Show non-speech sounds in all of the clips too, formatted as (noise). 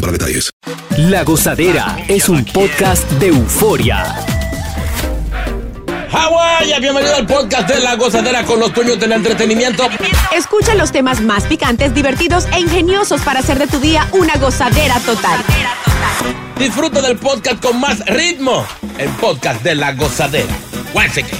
para detalles. La Gozadera es un podcast de euforia. Hawái, bienvenido al podcast de La Gozadera con los dueños del entretenimiento. Escucha los temas más picantes, divertidos e ingeniosos para hacer de tu día una gozadera total. Disfruta del podcast con más ritmo. El podcast de La Gozadera. Once again.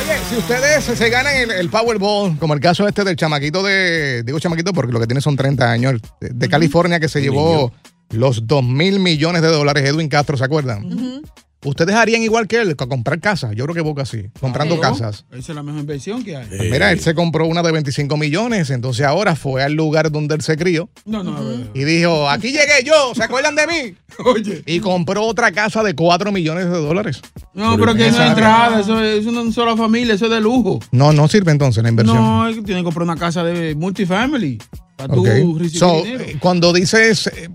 Oye, si ustedes se ganan el, el Powerball, como el caso este del chamaquito de. Digo chamaquito porque lo que tiene son 30 años, de, de California que se llevó los 2 mil millones de dólares, Edwin Castro, ¿se acuerdan? Ustedes harían igual que él, co- comprar casas. Yo creo que Boca sí, comprando casas. Esa es la mejor inversión que hay. Mira, él se compró una de 25 millones, entonces ahora fue al lugar donde él se crió No, no, a ver. y dijo: Aquí llegué yo, ¿se acuerdan de mí? Oye, Y compró otra casa de 4 millones de dólares. no, pero que no hay entrada, eso es una sola familia, eso es de lujo. No, no sirve entonces la inversión. No, es que tiene que comprar una casa de multifamily para Ok. tú recibir So, eh, dinero. cuando dices eh,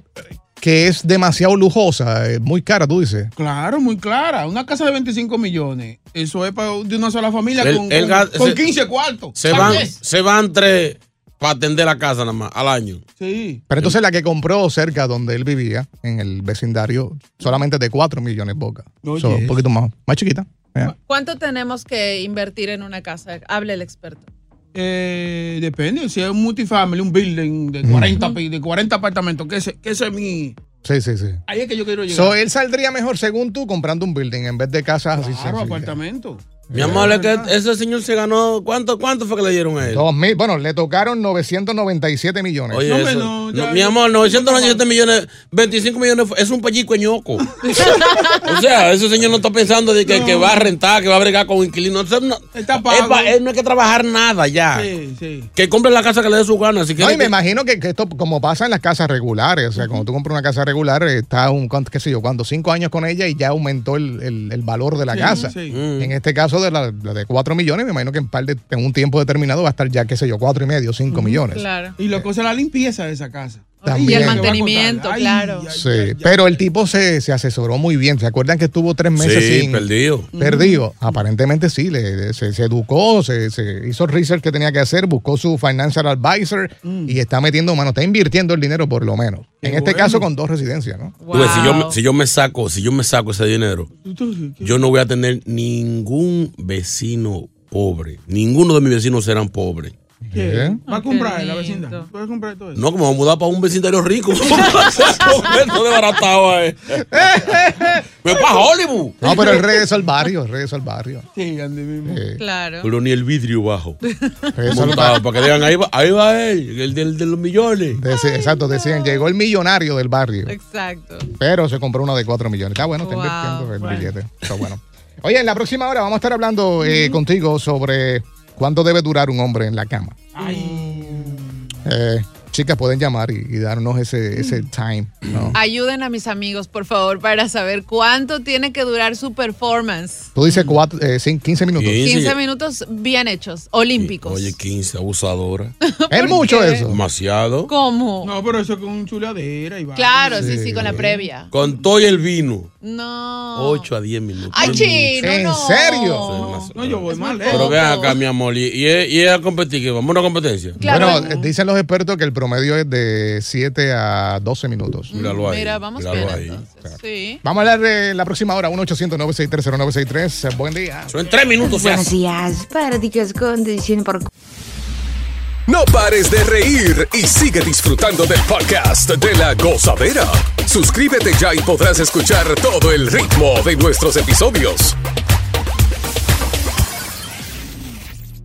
que es demasiado lujosa, eh, muy cara, tú dices. Claro, muy clara. Una casa de 25 millones, eso es para de una sola familia El- con, el con- gas- con se- 15 cuartos. Se tal van, vez. se van tres para atender la casa nada más al año. Sí. Pero entonces la que compró cerca donde él vivía, en el vecindario, solamente de 4 millones boca. Oye. So, un poquito más, más chiquita. Yeah. ¿Cuánto tenemos que invertir en una casa? Hable el experto. Eh, depende, si es un multifamily, un building de 40, pi- de 40 apartamentos, que ese, que ese es mi... Sí, sí, sí. Ahí es que yo quiero llegar. So, él saldría mejor, según tú, comprando un building en vez de casas así. claro, sencillas. apartamento. Mi amor, es que ese señor se ganó. ¿Cuánto, cuánto fue que le dieron a él? Dos mil, bueno, le tocaron 997 millones. Oye, No, hombre, eso- no, no, ya- mi amor, 997 millones, 25 millones fue- es un pellico en (laughs) ñoco. o sea, ese señor no está pensando de que, que va a rentar, que va a bregar con un inquilino. Eso no, Está pago. es pa- él no hay que trabajar nada ya. Sí, sí. Que compre la casa que le dé su gana. Si No, quiere y me que- imagino que, que esto, como pasa en las casas regulares, o sea, cuando tú compras una casa regular, eh, está un, cuánto- qué sé yo, cuando cinco años con ella y ya aumentó el, el- el valor de la Sí, casa. sí. En este caso de la, la de 4 millones, me imagino que en, par de- en un tiempo determinado va a estar ya, qué sé yo, cuatro y medio, 5 millones. Claro. Y la cosa es la limpieza de esa casa. Pues, También. Y Bien. el mantenimiento, Ay, claro. ay, Sí, ay, ay. pero el tipo se, se asesoró muy bien. ¿Se acuerdan que estuvo tres meses Sí, sin, perdido. perdido? Aparentemente sí, le- le- se, se educó, se, se hizo research que tenía que hacer, buscó su financial advisor y está metiendo mano, está invirtiendo el dinero por lo menos. en este caso con dos residencias, ¿no? Tú ves, Pues, si, yo, me- Wow. si yo me saco, si yo me saco ese dinero, yo no voy a tener ningún vecino pobre. Ninguno de mis vecinos serán pobres. ¿Qué? Bien. Va a comprar en la Qué vecindad. lindo. Tú vas a comprar todo eso. No, como vamos a mudar para un vecindario rico. (laughs) Esto de baratado, eh. Me para Hollywood. No, pero el regreso al barrio, el regreso al barrio. Sí, ande mismo. Eh, Claro. Pero ni el vidrio bajo. regreso al barrio. Montado, para que digan, ahí va, ahí va él, el del de los millones. Deci- exacto, decían, llegó el millonario del barrio, Exacto. pero se compró una de 4 millones. Está bueno, está Wow. invirtiendo el billete. Está bueno. Oye, en la próxima hora vamos a estar hablando eh, contigo sobre cuánto debe durar un hombre en la cama. Eh, chicas, pueden llamar y, y darnos ese, ese Mm. time. ¿no? Ayuden a mis amigos, por favor, para saber cuánto tiene que durar su performance. Tú dices cuatro, eh, cin- 15 minutos. Sí, 15 sí. minutos bien hechos, olímpicos. Oye, 15, abusadora. (laughs) Es mucho eso. Demasiado. ¿Cómo? No, pero eso con chuladera y va. Claro, sí. Sí. sí, con la previa. Con todo y el vino. No. 8 a 10 minutos. Ay, chino, ¿En no. serio? No, yo voy más lejos. Pero Pero ven vean acá, mi amor, y, y, es- y es a competir, que vamos a una competencia. Claro. Bueno, eh, dicen los expertos que el promedio es de 7 a 12 minutos. Míralo ahí. Mira, vamos míralo bien ahí. entonces. Sí. Vamos a hablar de la próxima hora, 1 800 963 Buen día. Son en tres minutos. se hace. Gracias, prácticas condición por No pares de reír y sigue disfrutando del podcast de la gozadera. Suscríbete ya y podrás escuchar todo el ritmo de nuestros episodios.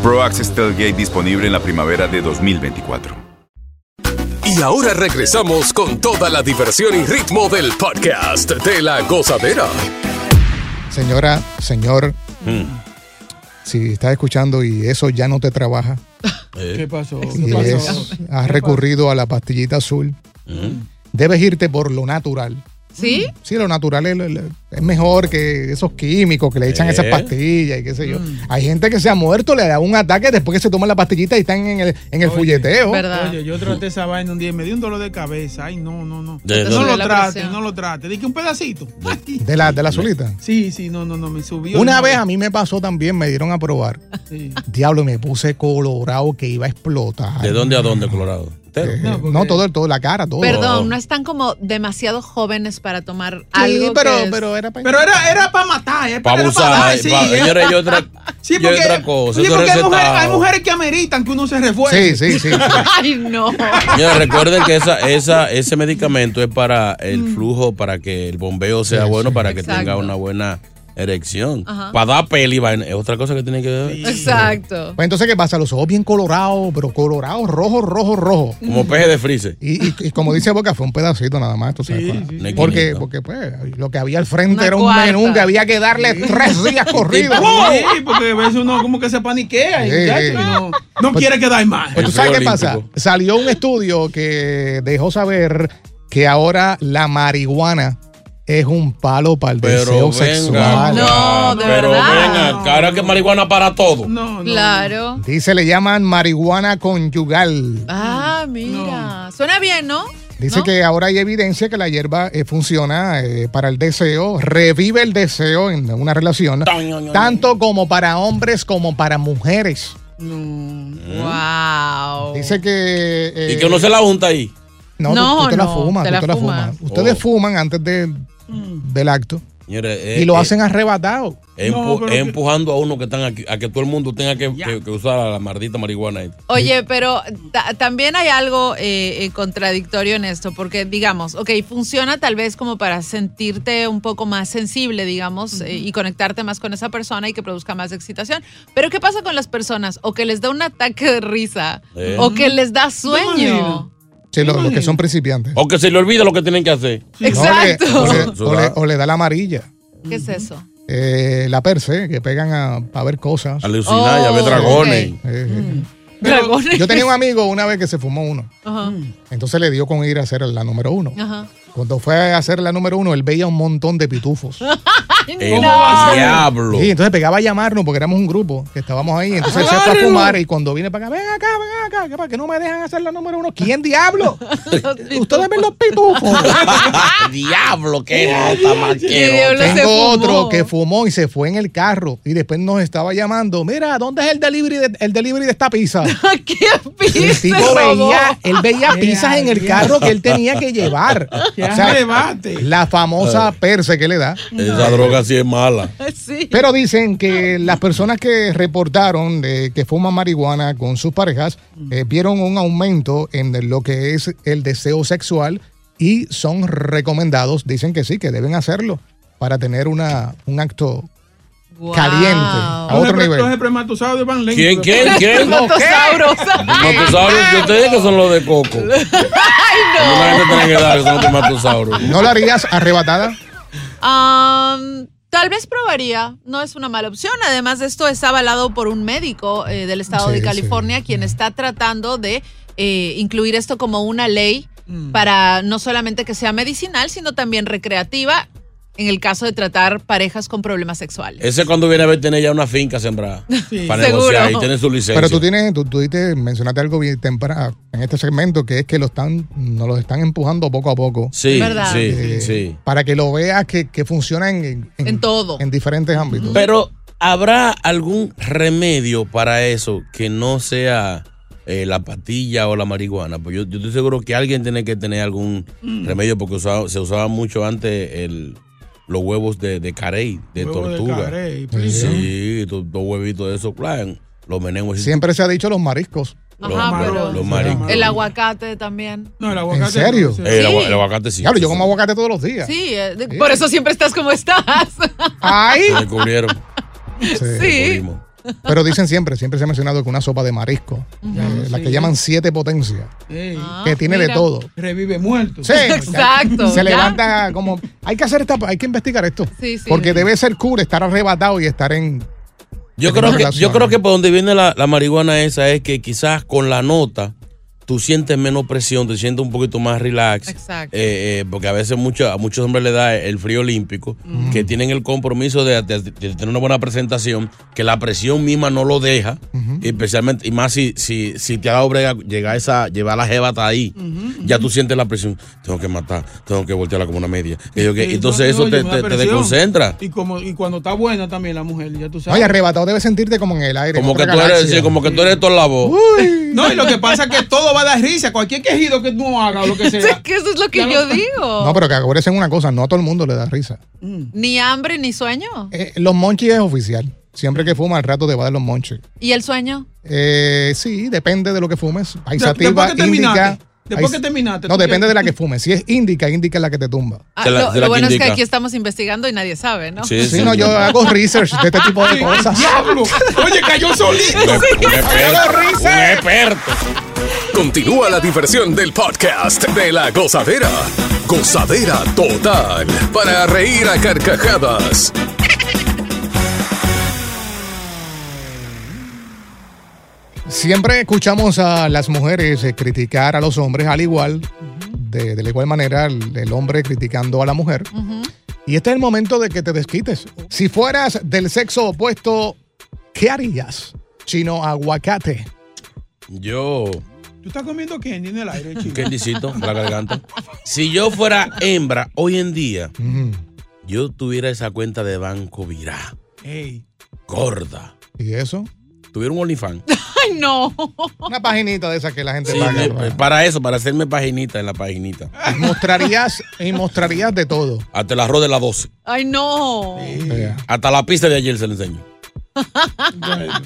Pro Access Tailgate disponible en la primavera de 2024. Y ahora regresamos con toda la diversión y ritmo del podcast de la gozadera. Señora, señor, Mm. si estás escuchando y eso ya no te trabaja, Eh, ¿Qué pasó? y ¿Qué pasó? es- has recurrido a la pastillita azul, Mm. debes irte por lo natural. ¿Sí? Sí, lo natural es, es mejor que esos químicos que le echan Eh. esas pastillas y qué sé yo. Mm. Hay gente que se ha muerto, le da un ataque después que se toma la pastillita y están en el, en el Oye, folleteo. ¿Verdad? Oye, yo traté esa vaina un día y me dio un dolor de cabeza. Ay, no, no, no. ¿De no dónde? lo La trate, presión. no lo trate. Dije un pedacito. Ay. De la, de la azulita. Sí, sí, no, no, no, me subió. Una No, vez a mí me pasó también, me dieron a probar. (laughs) sí. Diablo, me puse colorado que iba a explotar. ¿De dónde a dónde, Colorado? ¿Entero? Eh, No, No, porque- todo, todo, la cara, todo. Perdón, no están como demasiado jóvenes para tomar oh. Sí, algo. pero, que es- pero era pa- Pero era, era para matar, era Para era pa' abusar. eh, dar, sí, pa- era- (laughs) Señores, yo otra, eh. Sí, yo porque, otra cosa. oye, eso es porque hay, mujeres, hay recetado. mujeres que ameritan que uno se refuerce. Sí, sí, sí. sí. (laughs) Ay, no. (laughs) Señores, recuerden que esa, esa, ese medicamento es para Mm. el flujo, para que el bombeo sea Sí, bueno, sí. para que Exacto. tenga una buena erección. Ajá. Para dar peli, vaina, es otra cosa que tiene que ver. Exacto. Pues entonces, ¿qué pasa? Los ojos bien colorados, pero colorados, rojo, rojo, rojo. Como peje de freezer. Y, y- y como dice Boca, fue un pedacito nada más, tú sabes. para- sí. Porque, Nequinito. porque pues, lo que había al frente Una era un cuarta. menú que había que darle tres (laughs) días corridos. Sí, porque a veces uno como que se paniquea y, Sí, muchacho, sí. y no, no quiere quedar mal. Pues tú El sabes qué frío pasa. olímpico. Salió un estudio que dejó saber que ahora la marihuana es un palo para el Pero deseo venga. sexual. No, de pero verdad. venga, ahora que marihuana para todo. No, no. Claro. Dice, le llaman marihuana conyugal. Ah, mira. Suena bien, ¿no? Dice ¿No? que ahora hay evidencia que la hierba eh, funciona eh, para el deseo, revive el deseo en una relación, tanto como para hombres como para mujeres. Wow. Dice que... eh, Oh. Y que uno se la junta ahí. No, tú- No, tú, te la no, fumas, te tú la te la fumas. fumas. Ustedes Oh. Mm. fuman antes de- del acto Señores, y es- lo es- hacen arrebatado. es No, eh, empu- pero es que- empujando a uno que están aquí, a que todo el mundo tenga que, que- que usar la maldita marihuana. esta. Oye, pero ta- también hay algo eh, eh, contradictorio en esto, porque digamos, ok, funciona tal vez como para sentirte un poco más sensible, digamos, eh, y conectarte más con esa persona y que produzca más excitación. Pero ¿qué pasa con las personas? O que les da un ataque de risa, Eh. o que les da sueño. imagino. Sí, lo- los que Mm. son principiantes. O que se le olvide lo que tienen que hacer. No, le- Exacto. o le- Exacto. o le- o le da la amarilla. ¿Qué es eso? eh, la perse, que pegan a, a ver cosas. Alucinar, ya ve Oh, dragones. ok. Eh, Mm. Dragones. Yo tenía un amigo una vez que se fumó uno. Ajá, Entonces le dio con ir a hacer la número uno. ajá. Cuando fue a hacer la número uno, él veía un montón de pitufos. Ah. Eh, Eh, El diablo. Y entonces pegaba a llamarnos porque éramos un grupo que estábamos ahí. Entonces él se fue a fumar y cuando viene para acá, ven acá, ven acá, que para que no me dejan hacer la número uno. ¿Quién (laughs) diablo? Ustedes ven los pitufos. (laughs) diablo, qué nota maquero. diablo se Tengo fumó. otro que fumó y se fue en el carro y después nos estaba llamando. Mira, ¿dónde es el delivery de, el delivery de esta (laughs) pizza? ¿Qué El piste tipo robó? veía, él veía (laughs) Qué pizzas en el asco. carro que él tenía que llevar. Qué O sea, arrebate. la famosa perse que le da. Esa droga sí es mala. Sí. Pero dicen que las personas que reportaron de que fuman marihuana con sus parejas Mm. eh, vieron un aumento en lo que es el deseo sexual y son recomendados, dicen que sí, que deben hacerlo para tener una, un acto Caliente. A otro nivel. Los espermatozoides van lentos. ¿Quién, quién, quién? Notosauros. Los Matosaurios, yo te dije que son los de coco. Una Ay, gente tiene que dar que son los matosauros. ¿No la harías arrebatada? Am, tal vez probaría, no es una mala opción. Además, esto está avalado por un médico eh, del estado Sí, de sí. California, quien está tratando de eh, incluir esto como una ley para no solamente que sea medicinal, sino también recreativa en el caso de tratar parejas con problemas sexuales. Ese es cuando viene a ver tener ya una finca sembrada. Para Seguro. negociar y tener su licencia. Pero tú tienes, tú, tú diste- mencionaste algo bien temprano en este segmento, que es que lo están, nos lo están empujando poco a poco. eh, Sí, ¿Verdad? sí, sí. Para que lo veas que, que funciona en, en- En todo. en diferentes ámbitos. Pero ¿habrá algún remedio para eso que no sea eh, la pastilla o la marihuana? Pues yo, yo estoy seguro que alguien tiene que tener algún Mm. remedio porque usaba- se usaba mucho antes el, los huevos de, de carey, de Huevo de tortuga. carey, sí, dos dos huevos de esos, claro, los menengos. Siempre se ha dicho los mariscos. Los, Ajá, los- pero- los mariscos. El aguacate también. No, el ¿En serio? Eh, el, agua- el aguacate sí. Claro, yo sí, como aguacate todos los días. Sí, eh, de- por eso siempre estás como estás. ¡Ay! Se descubrieron. (laughs) Sí. Pero dicen siempre, siempre se ha mencionado que una sopa de marisco, eh, la que llaman siete potencias, Ah, que tiene de todo. Revive muerto. (laughs) Sí, Se levanta como. Hay que hacer esta. Hay que investigar esto. Sí, sí. Porque debe ser cool estar arrebatado y estar en. Yo que creo tenga que, relación. yo creo que por donde viene la, la marihuana esa es que quizás con la nota tú sientes menos presión, te sientes un poquito más relax. Exacto. Eh, eh, porque a veces mucho- a muchos hombres les da el frío olímpico, que tienen el compromiso de, de- de tener una buena presentación, que la presión misma no lo deja, especialmente, y más si, si, si te ha dado brega llegar a esa, llevar la jeva hasta ahí, ya tú sientes la presión, tengo que matar, tengo que voltearla como una media. Que yo que- Sí, entonces eso no, no, te, yo me da te- te presión. desconcentra. Y, como, y cuando está buena también la mujer, ya tú sabes. Oye, arrebatado debe sentirte como en el aire. en Como que, otra tú eres, galaxia. sí, como que tú eres todo la voz. No, y lo que pasa es que todo va a dar risa. Cualquier quejido que tú hagas o (laughs) lo que sea. Es que eso es lo que Ya lo- yo digo. No, pero que acuérdense una cosa: no a todo el mundo le da risa. Ni hambre ni sueño. Eh, los monchis es oficial. Siempre que fuma, al rato te va a dar los monchis. ¿Y el sueño? Eh, sí, depende de lo que fumes. Hay De- después sativa, que terminaste, indica. después hay- que terminaste, No, ¿tú depende qué? de la que fumes. Si es indica, indica es la que te tumba. Ah, Se la- lo se la lo bueno es que indica. aquí estamos investigando y nadie sabe, ¿no? Sí, no, yo hago research de este tipo (laughs) de cosas. ¡Diablo! Oye, cayó solito. Un experto. Continúa la diversión del podcast de la gozadera. Gozadera total. Para reír a carcajadas. Siempre escuchamos a las mujeres eh, criticar a los hombres al igual, de, de la igual manera el, el hombre criticando a la mujer. Y este es el momento de que te desquites. Si fueras del sexo opuesto, ¿qué harías? Chino aguacate. Yo, Tú estás comiendo Kenny en el aire, chico. qué lisito, la garganta. Si yo fuera hembra hoy en día, yo tuviera esa cuenta de banco virá, Ey. gorda. ¿Y eso? Tuviera un OnlyFans. Ay, no. Una paginita de esas que la gente Sí, paga. me- ¿verdad? para eso, para hacerme paginita en la paginita. Mostrarías y mostrarías de todo. Hasta el arroz de la 12. Ay, no. Hasta la pista de ayer se le enseño.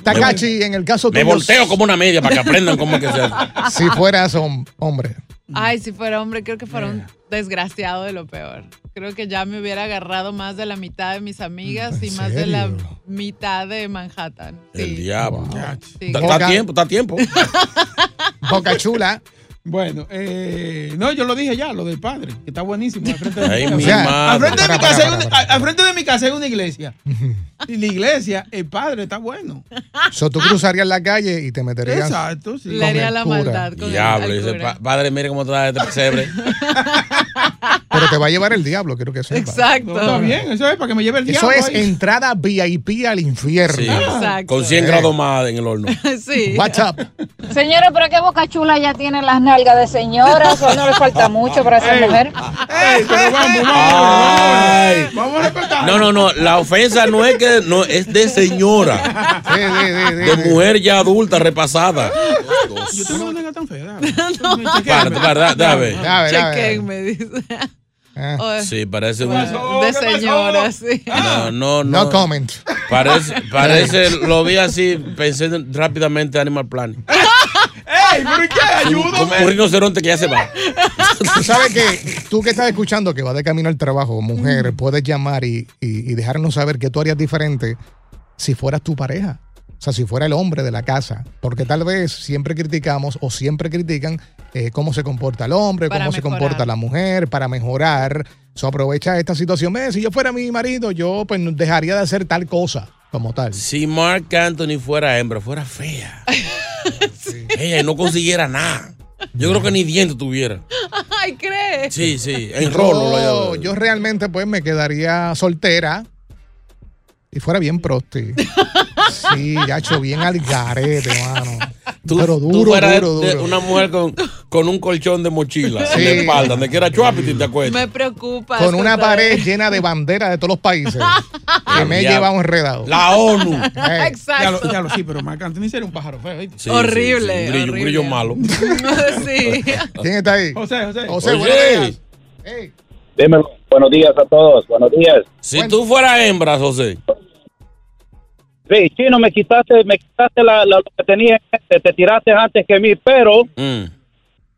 Takachi, en el caso Me tuyo, volteo como una media para que aprendan cómo es que se hace. (laughs) Si fueras hom- hombre. Ay, si fuera hombre, creo que fuera un desgraciado de lo peor. Creo que ya me hubiera agarrado más de la mitad de mis amigas y más de la mitad de Manhattan. El diablo. Sí. Está está a tiempo, está a (laughs) tiempo. Boca chula. Bueno, eh, no, yo lo dije ya, lo del padre, que está buenísimo. Al frente de Ay, mi mi casa, madre. Al frente de mi Para, casa hay para, una- a- al frente de mi casa hay una iglesia. Y la iglesia, el padre está bueno. So, tú cruzarías la calle y te meterías. Exacto, sí. con el cura. Diablo, dice, "Pa- padre, mire cómo está este (laughs) pesebre. Pero te va a llevar el diablo, quiero que sepa. Exacto. No, está bien, eso es para que me lleve el Eso diablo. es ahí. entrada VIP al infierno. Sí, con 100 grados Eh. más en el horno. (laughs) Sí. What's up? Señores, pero qué boca chula ya tiene las nalgas de señora. Eso no le falta mucho para ser mujer. Ah, Ay. No, no, no. La ofensa no es que no es de señora. de mujer ya adulta, repasada. Yo tengo una nalga tan fea. Para, para, déjame. Chequenme, dice. Ah. Ay, Sí, parece un. De señora, sí. (laughs) No, no, no. No comment. Parece, parece, lo vi así, pensé rápidamente Animal Planet. ¡Ey, pero qué Como un rinoceronte que ya se va. Tú sabes que tú que estás escuchando que vas de camino al trabajo, mujer, puedes llamar y, y- y dejarnos saber qué tú harías diferente si fueras tu pareja. O sea, si fuera el hombre de la casa. Porque tal vez siempre criticamos o siempre critican eh, cómo se comporta el hombre, Para cómo se mejorar. comporta la mujer, para mejorar. So, aprovecha esta situación. Ve, si yo fuera mi marido, yo pues dejaría de hacer tal cosa como tal. Si Mark Anthony fuera hembra, fuera fea. Ella no consiguiera nada. Yo creo que ni dientes tuviera. Ay, ¿crees? Sí, sí, en rolo lo yo, llamo. yo realmente pues me quedaría soltera y fuera bien (laughs) prosti. Sí, ya hecho bien al garete, mano. Pero Tú duro, fueras de- duro, de duro. una mujer con, con un colchón de mochila, Sí. en la espalda, donde quiera chuapiti te acuestas. Me preocupa. Con una César. pared llena de banderas de todos los (laughs) países. que me Ya. lleva enredado. La ONU. (laughs) Ya Exacto. lo, ya lo- sí, pero Marc Anthony sería un pájaro feo. ¿viste? Sí, sí, sí, un, grillo, un grillo malo. sí. ¿Quién está ahí? José, José. José, Oye. buenos días. Dímelo. Buenos días a todos. Buenos días. Si tú fueras hembra, José. Sí, chino, me quitaste, me quitaste la, la- lo que tenía, en mente. te tiraste antes que mí, pero mm,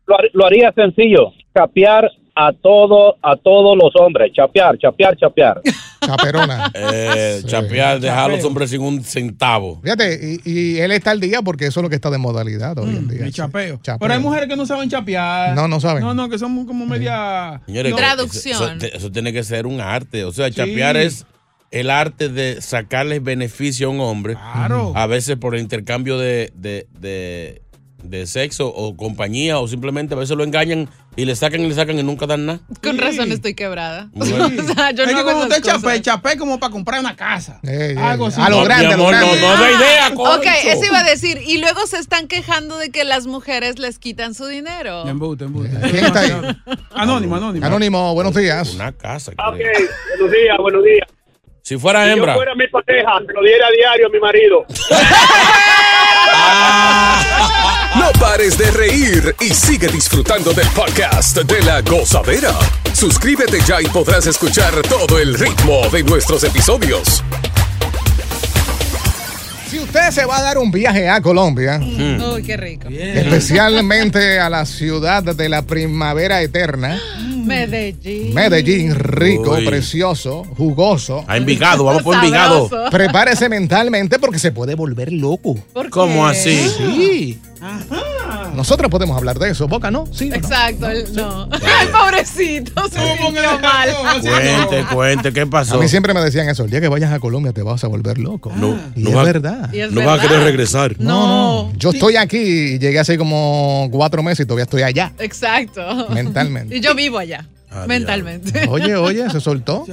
lo, har- lo haría sencillo, chapear a todo, a todos los hombres, chapear, chapear, chapear. Chaperona. (laughs) Eh, Chapear, dejar a los hombres sin un centavo. Fíjate, y, y él está al día porque eso es lo que está de modalidad hoy Mm, en día. El sí. Mm, chapeo. Chapeo. Pero hay mujeres que no saben chapear. No, no saben. Mm. No, no, que son como media. Señores, No. que- Eso, eso- eso tiene que ser un arte. O sea, chapear es el arte de sacarles beneficio a un hombre. mm, Claro. A veces por el intercambio de, de- de- de sexo o compañía o simplemente a veces lo engañan y le sacan y le sacan y nunca dan nada. (laughs) Con razón estoy quebrada. Sí. (laughs) ah, (laughs) O sea, yo es no que hago cuando esas usted cosas. chapea, chapea como para comprar una casa. Algo así. No, mi amor, No, no es la idea, Ah, Ok, concho. eso iba a decir. Y luego se están quejando de que las mujeres les quitan su dinero. Embute, embute. ¿Quién está ahí? Anónimo, anónimo. Eh, Anónimo, buenos días. Una casa. Ah, Buenos días, buenos días. Si fuera Si hembra. yo fuera mi pareja, se lo diera a diario a mi marido. No pares de reír y sigue disfrutando del podcast de la gozadera. Suscríbete ya y podrás escuchar todo el ritmo de nuestros episodios. Si usted se va a dar un viaje a Colombia, Mm. Uy, qué rico. especialmente a la ciudad de la primavera eterna, Medellín. Medellín, rico, Uy. precioso, jugoso. A Envigado, vamos por Envigado. Sabroso. Prepárese mentalmente porque se puede volver loco. ¿Por ¿Cómo qué? así? Sí. Nosotros podemos hablar de eso, Boca, ¿no? Sí. Exacto, el- no. Ay, pobrecito, se sintió mal. Cuente, cuente, ¿qué A pasó? mí siempre me decían eso, el día que vayas a Colombia te vas a volver loco. No, Y no es va- verdad. Y es No vas a verdad. querer regresar. No. Yo estoy aquí y llegué hace como cuatro meses y todavía estoy allá. Exacto. Mentalmente. Y yo vivo allá. Ah, mentalmente. Oye, oye, se soltó.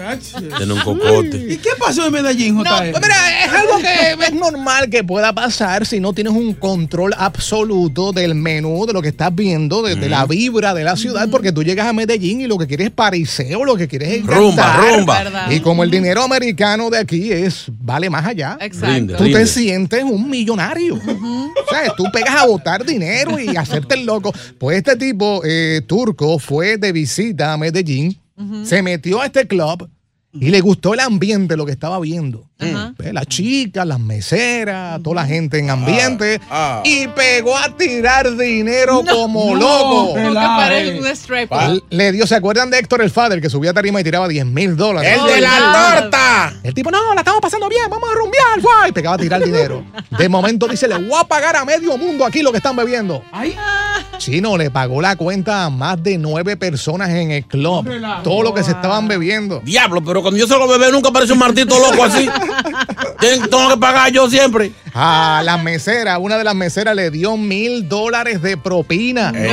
Tiene un cocote. ¿Y qué pasó en Medellín, No, (laughs) JR? mira, es algo que es normal que pueda pasar si no tienes un control absoluto del menú, de lo que estás viendo, de, de la vibra de la ciudad, porque tú llegas a Medellín y lo que quieres es pariseo, lo que quieres es Rumba, gastar. rumba. Verdad. Y como el dinero americano de aquí es vale más allá. Exacto. Rinde, Tú rinde. te sientes un millonario. ¿Sabes? Tú pegas a botar dinero y hacerte el loco. Pues este tipo eh, turco fue de visita a Medellín, se metió a este club y le gustó el ambiente, lo que estaba viendo. Ajá. Ve, Las chicas, las meseras, toda la gente en ambiente. ah. Y pegó a tirar dinero como no, loco. Como que para el- un stripper. Le dio, ¿se acuerdan de Héctor el Fader que subía a tarima y tiraba 10 mil dólares? ¡El de la torta! El tipo, no, la estamos pasando bien, vamos a rumbear, guay. Pegaba a tirar dinero. De momento dice, le voy a pagar a medio mundo aquí lo que están bebiendo. Ay, Chino le pagó la cuenta a más de nueve personas en el club. Relajo. Todo lo que se estaban bebiendo. Diablo, pero cuando yo solo bebé nunca aparece un martito loco (laughs) así. Ten- Tengo que pagar yo siempre. A la mesera, una de las meseras le dio mil dólares de propina. El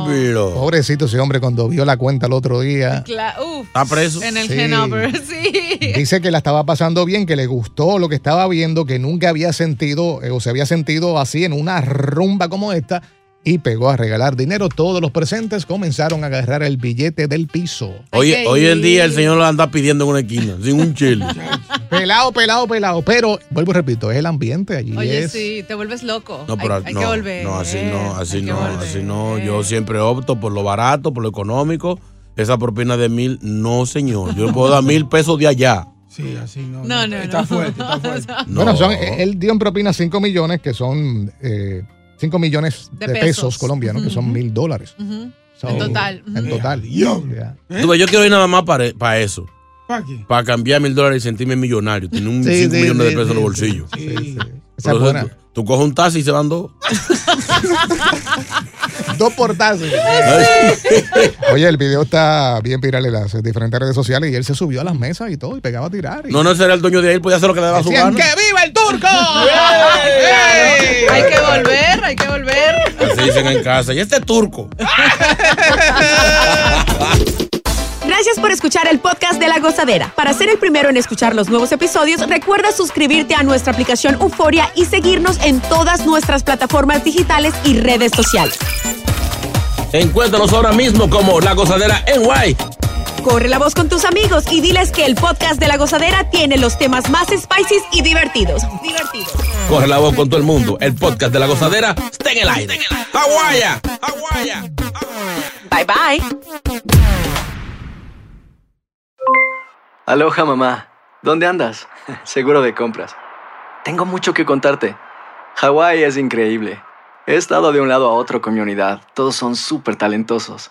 diablo. Pobrecito ese hombre cuando vio la cuenta el otro día. Cla- uf, ¿Está preso? En el Sí. Hanover, (laughs) sí. Dice que la estaba pasando bien, que le gustó lo que estaba viendo, que nunca había sentido eh, o se había sentido así en una rumba como esta y pegó a regalar dinero. Todos los presentes comenzaron a agarrar el billete del (laughs) piso. Hoy, Ay, hoy en día el sí. señor lo anda pidiendo en una esquina, sin un (laughs) chile. Pelado, pelado, pelado. Pero, vuelvo y repito, es el ambiente allí. Oye, es- sí, te vuelves loco. No, pero hay, hay no, que volver. eh, no, así no, así Hay que no, volver. así no. Yo siempre opto por lo barato, por lo económico. Esa propina de mil, no, señor. Yo le puedo dar mil pesos de allá. sí, así no. No, no, Está no. fuerte, (laughs) está fuerte. No. Bueno, son, eh, él dio en propina 5 millones, que son 5 millones de, De pesos. pesos. colombianos, que son mil dólares. Ujú. So, En total. ujú. En total. Tú ves, Yo quiero ir nada más para, para eso. ¿Para qué? Para cambiar mil dólares y sentirme millonario. Tiene un Sí, 5 sí, millones de sí, pesos en los sí, bolsillos. Esa es Por eso buena. tú, tú coges un taxi y se van dos. (laughs) Dos (laughs) portazos. (laughs) Oye, el video está bien viral en las diferentes redes sociales y él se subió a las mesas y todo y pegaba a tirar. Y No, no, ese era el dueño de ahí, él podía hacer lo que le daba su Decían, gana. ¡Que viva el turco! (laughs) Hay que volver, hay que volver. Así dicen en casa. Y este turco. Gracias por escuchar el podcast de La Gozadera. Para ser el primero en escuchar los nuevos episodios, recuerda suscribirte a nuestra aplicación Euforia y seguirnos en todas nuestras plataformas digitales y redes sociales. Encuéntranos ahora mismo como La Gozadera en Guay. Corre la voz con tus amigos y diles que el podcast de La Gozadera tiene los temas más spicy y divertidos. Divertidos. Corre la voz con todo el mundo. El podcast de La Gozadera está en el aire. ¡Aguaya! Bye bye. Aloha mamá, ¿dónde andas? Seguro de compras. Tengo mucho que contarte. Hawái es increíble. He estado de un lado a otro con mi unidad. Todos son súper talentosos.